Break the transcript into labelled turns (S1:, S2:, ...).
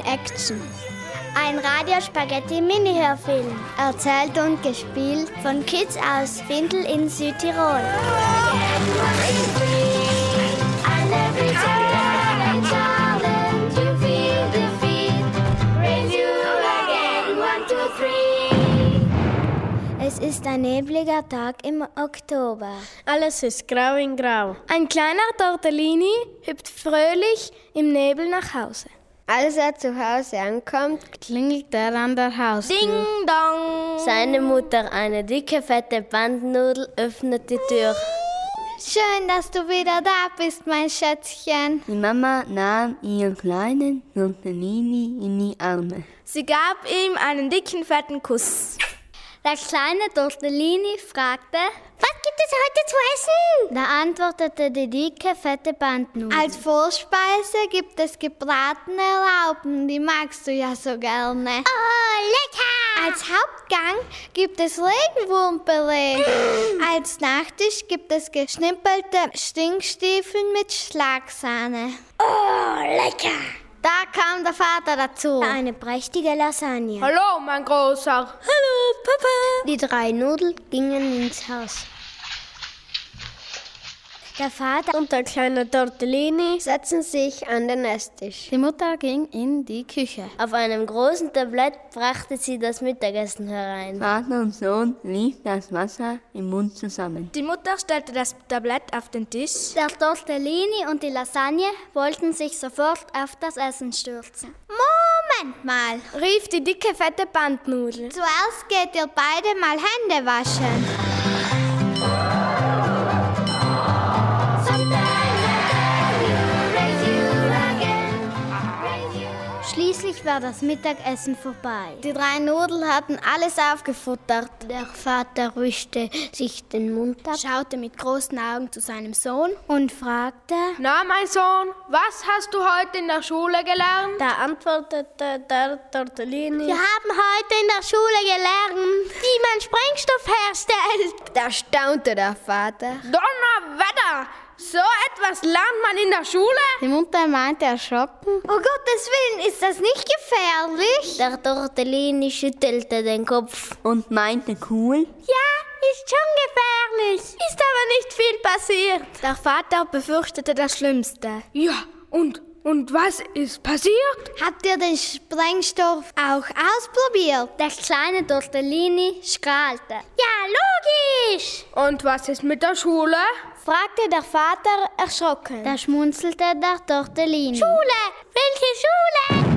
S1: Füßen.
S2: Ein Radio Spaghetti Mini-Hörfilm. Erzählt und gespielt von Kids aus Windel in Südtirol. Es ist ein nebliger Tag im Oktober.
S3: Alles ist grau in grau.
S4: Ein kleiner Tortellini hüpft fröhlich im Nebel nach Hause.
S5: Als er zu Hause ankommt,
S6: klingelt er an der Haustür.
S4: Ding dong!
S7: Seine Mutter, eine dicke, fette Bandnudel, öffnet die Tür.
S2: Schön, dass du wieder da bist, mein Schätzchen.
S8: Die Mama nahm ihren kleinen Tortellini in die Arme.
S4: Sie gab ihm einen dicken, fetten Kuss.
S2: Der kleine Tortellini fragte, was gibt es heute zu essen? Da antwortete die dicke, fette Bandnudel. Als Vorspeise gibt es gebratene Raupen, die magst du ja so gerne.
S9: Oh, lecker!
S2: Als Hauptgang gibt es Regenwurmbeleg. Als Nachtisch gibt es geschnippelte Stinkstiefel mit Schlagsahne.
S9: Oh, lecker!
S2: Da kam der Vater dazu.
S10: Eine prächtige Lasagne.
S3: Hallo, mein Großer.
S10: Hallo, Papa.
S2: Die drei Nudeln gingen ins Haus. Der Vater
S3: und der kleine Tortellini
S5: setzten sich an den Esstisch.
S6: Die Mutter ging in die Küche.
S7: Auf einem großen Tablett brachte sie das Mittagessen herein.
S8: Vater und Sohn lief das Wasser im Mund zusammen.
S4: Die Mutter stellte das Tablett auf den Tisch.
S2: Der Tortellini und die Lasagne wollten sich sofort auf das Essen stürzen.
S9: Moment mal,
S4: rief die dicke, fette Bandnudel.
S2: Zuerst geht ihr beide mal Hände waschen. Schließlich war das Mittagessen vorbei.
S5: Die drei Nudeln hatten alles aufgefuttert.
S2: Der Vater wischte sich den Mund ab,
S4: schaute mit großen Augen zu seinem Sohn
S2: und fragte:
S3: Na, mein Sohn, was hast du heute in der Schule gelernt?
S6: Da antwortete der Tortellini:
S2: Wir haben heute in der Schule gelernt, wie man Sprengstoff herstellt.
S5: Da staunte der Vater:
S3: Donnerwetter! So etwas lernt man in der Schule?
S6: Die Mutter meinte erschrocken.
S2: Oh Gottes Willen, ist das nicht gefährlich?
S7: Der Tortellini schüttelte den Kopf.
S8: Und meinte cool?
S9: Ja, ist schon gefährlich. Ist aber nicht viel passiert.
S4: Der Vater befürchtete das Schlimmste.
S3: Ja, und und was ist passiert?
S2: Habt ihr den Sprengstoff auch ausprobiert? Der kleine Tortellini strahlte.
S9: Ja, logisch!
S3: Und was ist mit der Schule?
S4: fragte der Vater erschrocken.
S2: Da schmunzelte der Tortellini.
S9: Schule! Welche Schule?